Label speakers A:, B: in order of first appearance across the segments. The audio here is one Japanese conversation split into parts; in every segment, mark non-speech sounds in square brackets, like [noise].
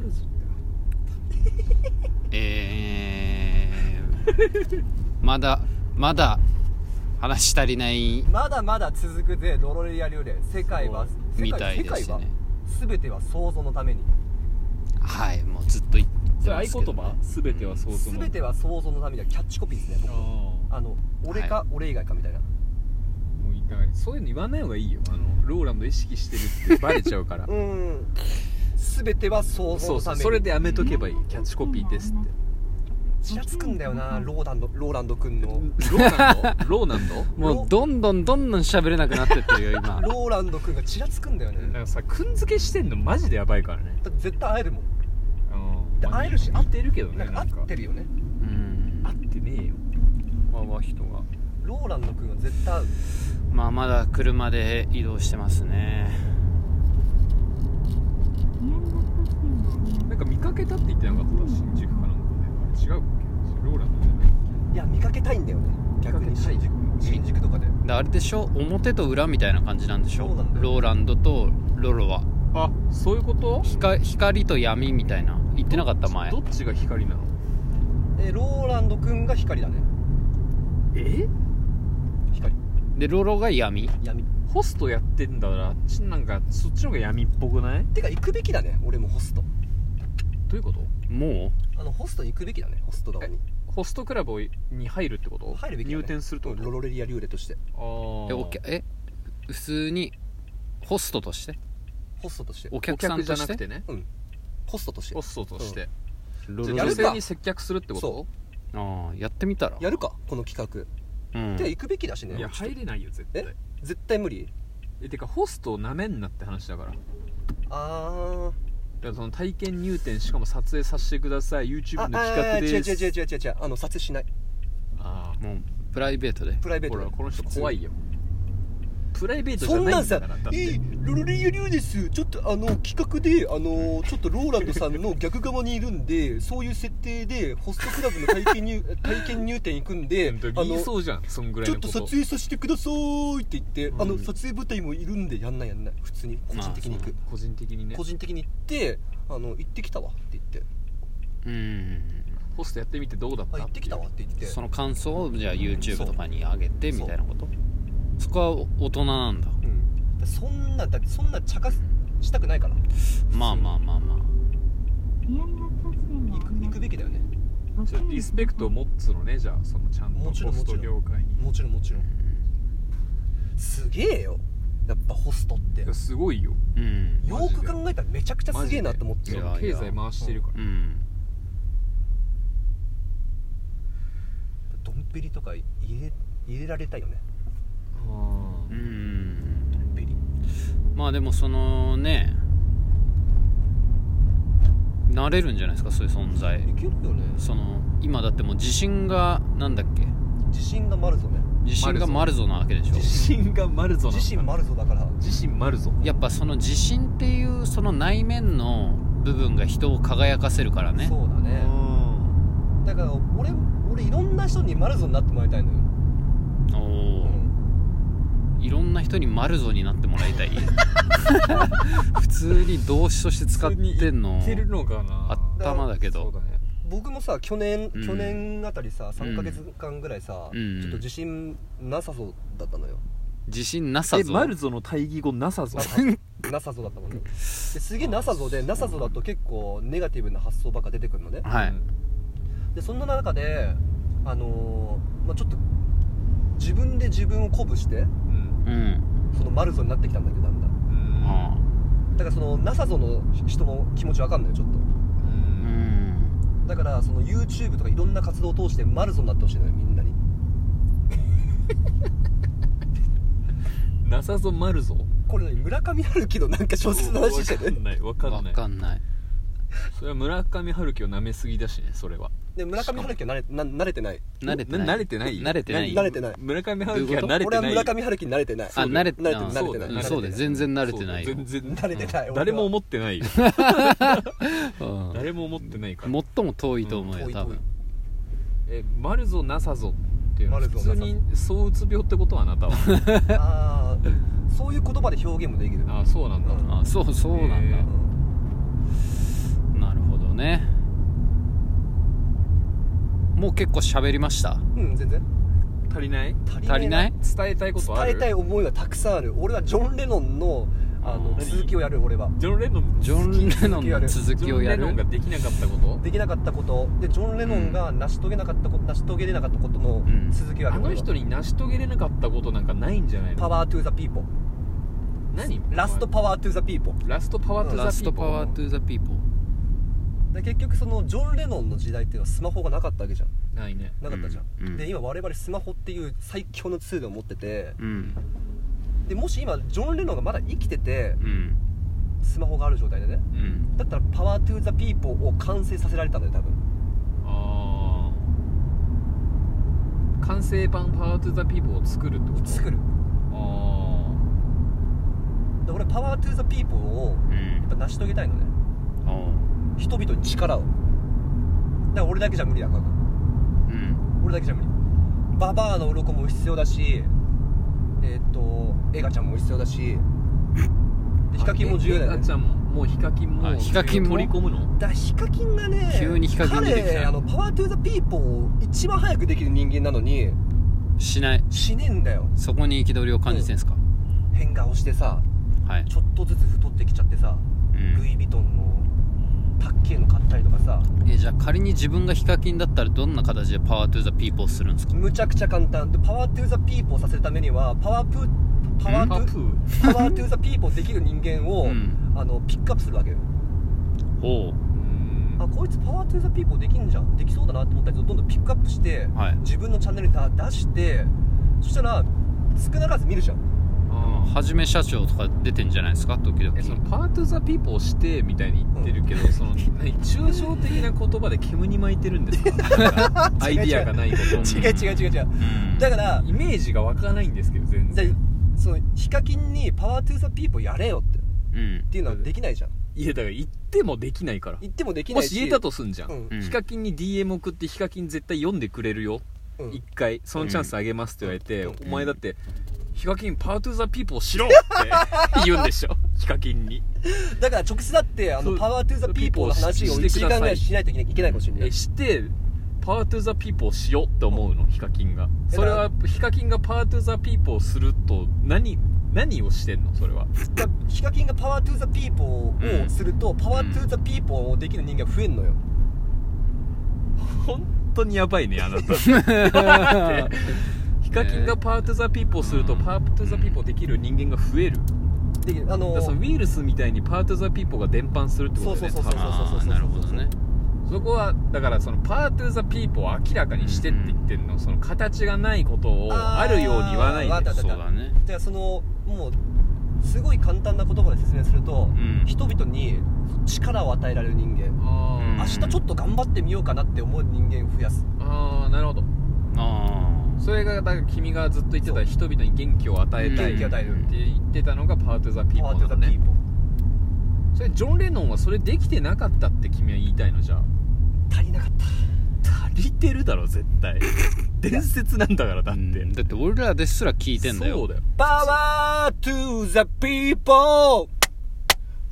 A: ルズって
B: えーまだまだ話し足りない
C: まだまだ続くぜドロリア流で世界は
B: そう
C: 世
B: みた
C: 界
B: い
C: 世
B: ですね
C: 界は全ては想像のために
B: はいもうずっと言って
D: それ
B: ま
D: 合
B: すけど、
D: 言葉全ては
B: ね、
D: 想像の
C: 全ては想像のためにはキャッチコピーですね
D: ああ
C: 僕あの俺か、俺以外かみたいな
D: もうだからそういうの言わない方がいいよあのローランド意識してるってバレち [laughs] ゃうから
C: うん全ては想像
D: そ
C: の
D: う
C: た
D: そ
C: め
D: う
C: に
D: それでやめとけばいいキャッチコピーですって
C: ちらつくんだよなローランドローランド君の
D: ローランド [laughs] ローランド
B: もうどんどんどんどん喋れなくなってってるよ
D: [laughs]
B: 今
C: ローランド君がちらつくんだよね
D: だからさくんづけしてんのマジでやばいからね
C: だって絶対会えるもん
D: うん
C: で
D: まあ
C: 会えるし
D: 似てるけどね
C: なんか合ってるよね
B: うん
D: 合ってねえよまあまあ人が
C: ローランド君は絶対会う
B: まあまだ車で移動してますね
D: なんか見かけたって言ってなかった新宿かなんかであれ違うっけローランドじゃないっ
C: いや見かけたいんだよね逆に
D: 見かけ
C: 新
D: たい
C: 宿新宿とかで
B: であれでしょ表と裏みたいな感じなんでしょ
C: そうなんだよ
B: ローランドとロロは
D: けあそういうこと
B: 光光と闇みたいな言ってなかった前
D: どっちが光なの
C: えローランド君が光だね
D: え
C: 光
B: でロロが闇
C: 闇
D: ホストやってんだからあっちなんかそっちの方が闇っぽくない
C: てか行くべきだね俺もホスト
D: どういうこと
B: も
C: あのホストに行くべきだねホスト側に
D: ホストクラブに入るってこと
C: 入るべきだ、ね、
D: 入店するってこと
C: ロロレリア流ーレとして
D: あ
B: う
D: ー
B: えお客え普通にホストとして
C: ホストとして
B: お
D: お
B: 客さ
D: 客
B: ん
D: じ
B: と
D: ゃな
B: し
D: く
B: て
D: てね
C: うんホストとして
D: ホストとして
B: ロ
D: じ
B: ロ
D: ゃあ
C: や
D: 女
C: るか
D: 性に接客するってこ
C: そ
B: ああやってみたら
C: やるかこの企画、
B: うん
C: てか行くべきだし
D: と
C: ね
D: いや
C: ちょっ
D: 入
C: と
D: れないよ絶対
C: 絶対無理
D: えてかホストをなめんなって話だから
C: あー
D: だからその体験入店しかも撮影させてください YouTube
C: あ
D: の企
C: あ
D: 画
C: ー違う
D: です
C: 違う違う違う違うあの撮影しない
D: あ
B: もうプライベートで
C: プライベ
D: あ
C: ー
D: ほ
C: トで
D: らこの人怖いよプライベートじ
C: そ
D: ゃ
C: ん
D: な
C: ないん
D: んだ
C: さ
D: からだっ
C: 「
D: て
C: いいロロレリア流ですちょっとあの企画であのちょっとローランドさんの [laughs] 逆側にいるんでそういう設定でホストクラブの体験入 [laughs] 体験入店行くんで
D: 本当
C: あ
D: に言い
C: の
D: そうじゃんそんぐらい
C: ちょ
D: の
C: っ
D: ことと
C: 撮影させてくださいって言って、
D: うん
C: あの撮影舞台もいるんでやんないやんない普通に個人的に行く、
D: 個人的にね
C: 個人的に行ってあの行ってきたわって言って
B: うん
D: ホストやってみてどうだった
C: あ行ってきたわって言って
B: その感想をじゃあ YouTube とかに上げて
C: そう
B: みたいなことそこは大人なんだ
C: うんだそんなだってそんな茶化したくないから
B: まあまあまあまあ
C: 行く行くべきだよね
D: ちょっとリスペクトを持つのねじゃあそのちゃんと
C: も
D: ホ
C: ちろん
D: スト
C: もちろ
D: 業界に
C: もちろんもちろんすげえよやっぱホストっ
D: い
C: て
D: や
C: よ
D: すごいよ
B: うん
D: マジ
C: ー
D: で
C: く考えたらめちゃくちゃすげえなって思って
B: い
D: そ
C: る
B: や
D: の経済回してるから
B: うん
C: ドンペリとか入れ入れられたいよね
D: あ
B: う
D: ー
B: ん
C: ドンペリ
B: まあでもそのね慣れるんじゃないですかそういう存在
C: いけるよね
B: その今だってもう地震がなんだっけ
C: 自信がマルゾね
B: 地震がマルゾなわけでしょ
D: 自信がマルゾな
C: 自信マルゾだから
D: 自信マルゾ
B: やっぱその地震っていうその内面の部分が人を輝かせるからね
C: そうだね
D: うん
C: だから俺俺いろんな人にマルゾになってもらいたいのよ、
B: お
C: う
B: おー、
C: ん、
B: いろんな人にマルゾになってもらいたい普通に動詞として使ってんの
D: いけるのかな
B: 頭だけど
D: そうだね
C: 僕もさ去年、
B: うん
C: 去年あたりさ3ヶ月間ぐらいさ、
B: うん
C: ちょっと自信なさそうだったのよ
B: 自信なさ
D: え
B: ぞ
D: マルゾの対義語なさぞ
C: なさそうだったもんねですげえなさそうでなさそうだと結構ネガティブな発想ばっか出てくるのね
B: はい、
C: でそんな中であのーまあ、ちょっと自分で自分を鼓舞して
D: うん
B: うん
C: そのマルゾになってきたんだけどだんだん
D: うん
B: あ
C: だからそのなさそうの人の気持ちわかんないよちょっ
B: あ
C: と
B: うん
C: だからその YouTube とかいろんな活動を通してマルゾになってほしいのよみんなに
D: なさぞマル
C: [laughs]
D: ゾ
C: これ何村上春樹のなんか小説の話して
D: わか
C: ね
D: んないわか
B: わ
D: んない
B: かんない
D: それは村上春樹を舐めすぎだしねそれは
C: で村上春樹は慣れな慣れてない
B: 慣れてない
D: 慣れてない
B: 慣れてない
C: 慣れてない
D: 村上春樹は
B: どう
D: 慣れて
C: 俺
D: ない
C: は村上春樹に慣れてない
B: あ慣れて
C: 慣れて
B: あ
C: な
B: ー
C: い慣れて
D: 慣
B: う
C: ない
B: ん
D: れて
B: そうだよ全然慣れてないよ
D: そうだ全然
C: 慣れてない
D: 誰も思
C: っ
D: ってないよ
B: うん
D: 誰も思ってないから
B: 最も遠いと思うよ、
C: うん遠い
B: 多分
C: 遠
D: えマルゾなさぞっていうのは
C: マル
D: 普
C: ゾなさぞ
D: 通に躁うつ病ってことはあなたは
C: てああそういう言葉で表現もできる
D: あそうなんだ
C: うん
B: あそうそうなんだ、
D: へー
C: うん
B: なるほねもう結構喋りました
C: うん全然
D: 足りない
C: 足り
B: 足りない
D: 伝えたいことあ
C: 伝
D: る
C: えたい思いはたくさんある俺はジョン・レノンのあの
D: あー
C: 続きをやる俺は
D: ジョン・レノン
B: ジョン・レノンの
D: ジ
B: 続き
D: ョ
B: を
D: ン・
B: や
D: レノ
B: る
D: ンができなかったこと
C: できなかったことでジョン・レノンが成し遂げなかったこと、成し遂げれなかったことの
B: ん
C: 続きをやる
D: あの人
C: に
D: に成し遂げれなかったことなんかないんじゃないの
C: パワー・トゥ・ザ・ピーポー
D: 何
C: ラスト・パワー・トゥ・ザ・ピーポー
D: ラストパワートゥザピーポー
B: ラストパワートゥーザピーポー
C: で結局そのジョン・レノンの時代っていうのはスマホがなかったわけじゃん
D: ないね
C: なかったじゃん、
B: うんうん
C: で今我々スマホっていう最強のツールを持ってて
B: うん
C: でもし今ジョン・レノンがまだ生きてて
B: うん
C: スマホがある状態でね
B: うん
C: だったら「パワー・トゥ・ザ・ピーポー」を完成させられたんだよ多分
D: ああ完成版パワートゥザピーポーを作るってこと
C: 作る
D: あ
C: で俺「パワー・トゥ・ザ・ピーポー」を
B: う
C: やっぱ
B: ん
C: 成し遂げたいのね
B: おう
C: 人々に力をだから俺だけじゃ無理だから
B: うん
C: 俺だけじゃ無理ババアの鱗も必要だしえーっとエガちゃんも必要だしで
D: あ
C: ヒカキンも重要だよ
D: あ
C: ね
D: ちゃんももうヒカキンも
B: あヒカキンも
D: 取り込むの
C: だからヒカキンがね
B: 急にヒカキン出てきた
C: 彼あのパワートゥーザピーポーを一番早くできる人間なのに
B: しない
C: 死ねえんだよ
B: そこに憤りを感じてんすか、
C: 変顔してさ
B: はい、
C: ちょっとずつ太ってきちゃってさ、
B: うん
C: ルイ・ヴィトンのタッケーの買ったりとかさ
B: えじゃあ仮に自分がヒカキンだったらどんな形でパワートゥーザピーポーするんですか
C: むちゃくちゃ簡単でパワートゥーザピーポーさせるためにはパワープーパワー
D: パ
C: ト
D: プ
C: ゥ
D: ー
C: パワートゥーザピーポーできる人間を、
B: うん
C: あのピックアップするわけよ
B: ほ
D: うん
C: あこいつパワートゥーザピーポーできんじゃんできそうだなって思ったやつをどんどんピックアップして、
B: うはい
C: 自分のチャンネルにだ出してそしたら少なからず見るじゃん
D: あ
B: はじめ社長とか出てんじゃないですか時々
D: えそのパートゥザピーポーしてみたいに言ってるけど、その何抽象的な言葉で煙に巻いてるん [laughs] ですかなんかアイディアがないことを
C: 違う違う違う違う
B: うん
C: だから
D: イメージが湧かないんですけど全
C: で
D: 然
C: そのヒカキンにパワートゥーザピーポーやれよってっ
B: うん
C: ていうのはできないじゃん
D: いやだから言ってもできないから
C: 言ってもできな
D: も
C: い
D: し
C: し
D: 言えたとすんじゃん、
C: うん
B: うん
D: ヒカキンに DM 送ってヒカキン絶対読んでくれるよ
C: うん
D: 一、回そのチャンスあげますって言われて、
C: うん
D: お前だって、ヒカキンパートゥザピーポーしろって言うんでしょヒカキンに
C: だから直接だってあ
D: そ
C: の
D: う
C: パワートゥーザピーポーの話を
D: して
C: 1
D: ください
C: 時間ぐらいしないといけないいけないかもしれない
D: えしてパートゥザピーポーしようって思うの、ヒカキンがそれはヒカキンがパートゥザピーポーすると何何をしてんのそれは [laughs]
C: だからヒカキンがパワートゥーザピーポーをすると、パワートゥーザピーポーをできる人間が増えんのよ
D: 本当にやばいねあな
C: [laughs]
D: たヒカキンがパートゥザピーポーすると
B: うん
D: パートゥザピーポーできる人間が増える
C: であ
D: だ
C: の
D: からそのウイルスみたいにパート・ザ・ピーポーが伝播するってことだよね
C: そうそうそうそう
B: あーなるほどね
D: 多分そこはだからそのパート・ザ・ピーポーを明らかにしてって言ってるの、その形がないことを
C: あー
D: あるように言わない
C: わか
D: で
C: った
B: そうだね
C: でそのもうすごい簡単な言葉で説明すると、
B: ん
C: 人々に力を与えられる人間
D: あ
B: ー
C: 明日ちょっと頑張ってみようかなって思う人間を増やす
D: あーなるほど
B: あ
D: それがだから君がずっと言ってた人々に元気を与えたいっ
C: 元気
D: て
C: を与える
D: 言ってたのがパート・ザ・ピーポ
C: パワー
D: ー
C: トゥ
D: なの
C: ーザピ
D: ね
C: ーポー
D: それジョン・レノンはそれできてなかったって君は言いたいのじゃあ
C: 足りなかった
D: 足りてるだろ絶 [laughs] 対伝説なんだからだ
B: あうんだって俺らですら聞いてんだよ
D: そうだよ
C: パワートゥーザピーポー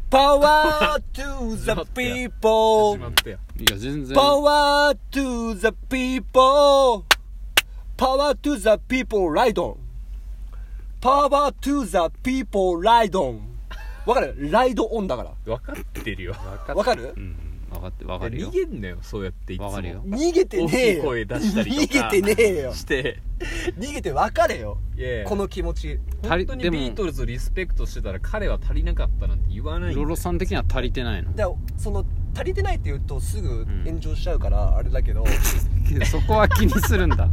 C: パワートゥーザピーポ
D: 始ま
C: ー
D: ったよ
B: いや全然
C: パワートゥーザピーポーパワートゥーザピーポーライドンパワートゥーザピーポーライドンわかるライドオンだから
D: 分かってるよ分か
C: わかる
B: うん分かって分かるよ
D: 逃げんなよそうやっていつも
B: わかるよ
C: 逃げて
D: 大
C: ね
D: き
C: え
D: い
C: よ
D: 声出したりとか
C: 逃げてねえよ
D: して
C: 逃げて分かれよ
D: いやいや
C: この気持ち
B: 足
D: 本
B: り
D: 当に
B: でも
D: ビートルズをリスペクトしてたら彼は足りなかったなんて言わない
B: ロロさん的には足りてないの
C: だからその足りてないって言うとすぐ炎上しちゃうからあれだけど、
B: けどそこは気にするん
D: [laughs]
B: だ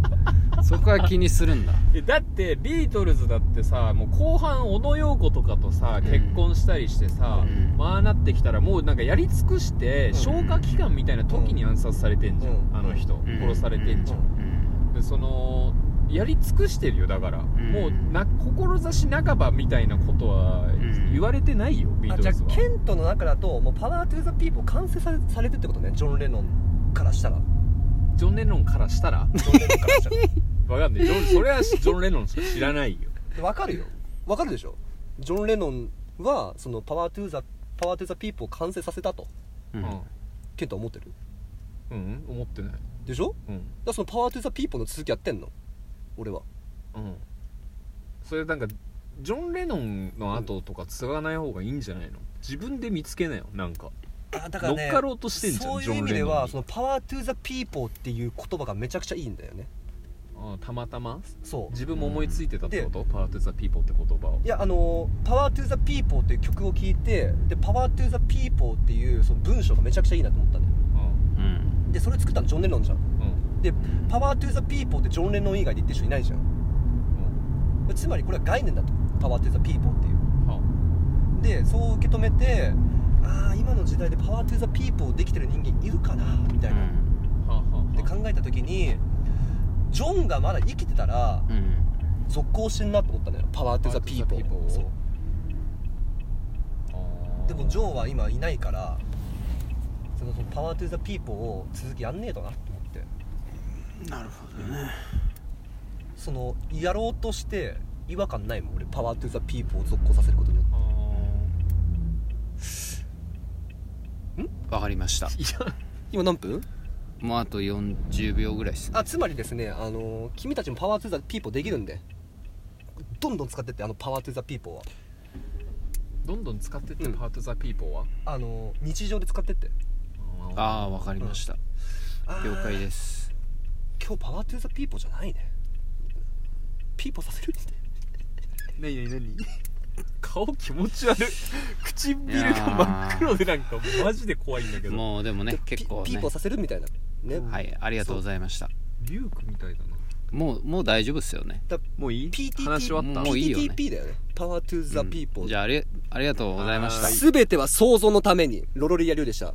B: そこは気にするんだ
D: えだってビートルズだってさもう後半小野陽子とかとさ、
B: うん
D: 結婚したりしてさ、
B: うん
D: まあなってきたらもうなんかやり尽くして、
C: うん
D: 消化器官みたいな時に暗殺されてんじゃん、
C: うん
D: あの人、
B: ん
D: 殺されてんじゃん、
C: う
B: うん
D: でそのやり尽くしてるよだから、
B: ん
D: もうな志半ばみたいなことは
B: ん
D: 言われてないよ、ビー
C: あ
D: ト
C: じゃ
D: ル
C: あ
D: ズは
C: ケントの中だともうパワー・トゥ・ーザ・ピーポー完成されされてってことねジョン・レノンからしたら
D: ジョン・レノンからした
B: [laughs]
D: ら
C: ジョン・レノンからしたら
D: わかんないジョンそれはジョン・レノンしか知らないよ
C: で分かるよ分かるでしょジョン・レノンはそのパワー・トゥ・ーザ・パワー・トゥ・ーザ・ピーポーを完成させたと
B: うん
D: うん
C: ケンタ思ってる
D: うん思ってない
C: でしょだか
D: うん
C: らそのパワートゥザピーポーの続きやってんの俺は
D: うんそれなんかジョン・レノンの後とか継がない方がいいんじゃないの自分で見つけなよなんか
C: あだ
D: 乗っかろうとしてんじゃん
C: そういう意味ではそのパワートゥザピーポーっていう言葉がめちゃくちゃいいんだよね
D: あたまたま
C: そう
D: 自分も思いついてたってこと、パートゥザ・ピーポーって言葉を
C: いやあのパワートゥザピーポーっていう曲を聴いてでパワートゥザピーポーっていうその文章がめちゃくちゃいいなと思ったのよ
B: うん
C: でそれ作ったのジョン・レノンじゃん
D: うんうん
C: でパワートゥザピーポーってジョン・レノン以外で言ってる人いないじゃん
D: うん
C: でつまりこれは概念だとパワートゥザピーポーっていう
D: は
C: でそう受け止めてああ今の時代でパワートゥザピーポーできてる人間いるかなみたいな、
D: あはあはあはあ
C: で考えた時にジョンがまだ生きてたら
B: うん
C: 続行してんなと思ったのよパワートゥザピーポー
D: Power to the people
C: そう
D: あー
C: でもジョンは今いないからそのそのパワートゥザピーポーを続きやんねえとなと思って
B: なるほどね
C: そのやろうとして違和感ないもん俺パワートゥザピーポーを続行させることによって
D: あ
B: わかりました
D: ーいや
C: 今何分
B: もうあと40秒ぐらいですね
C: あつまりですね、あのー君たちもパワートゥーザピーポーできるんでどんどん使ってってあのパワートゥーザピーポーは
D: どんどん使ってって、
C: うん
D: パートゥザ・ピーポーは
C: あのー日常で使ってって
B: ああわかりました了解
C: す
B: です
C: 今日パワートゥーザピーポーじゃないねピーポーさせるって
D: なになになに [laughs] 顔気持ち悪
C: [laughs]
D: い唇が真っ黒でなんかマジで怖いんだけど
B: もうでもね結構
C: ピ
B: ね
C: ピーポーさせるみたいなね、
D: うん
B: はいありがとうございました
D: リュウクみたいだな
B: もうもう大丈夫っすよね
C: だ
D: もういい
C: PTT
D: 話終わった
B: もういいよね
C: PTTP だよねパワートゥーザピーポ
B: うん
C: ー
B: じゃあありありがとうございました
D: はい
C: すべては想像のためにロロリア流でした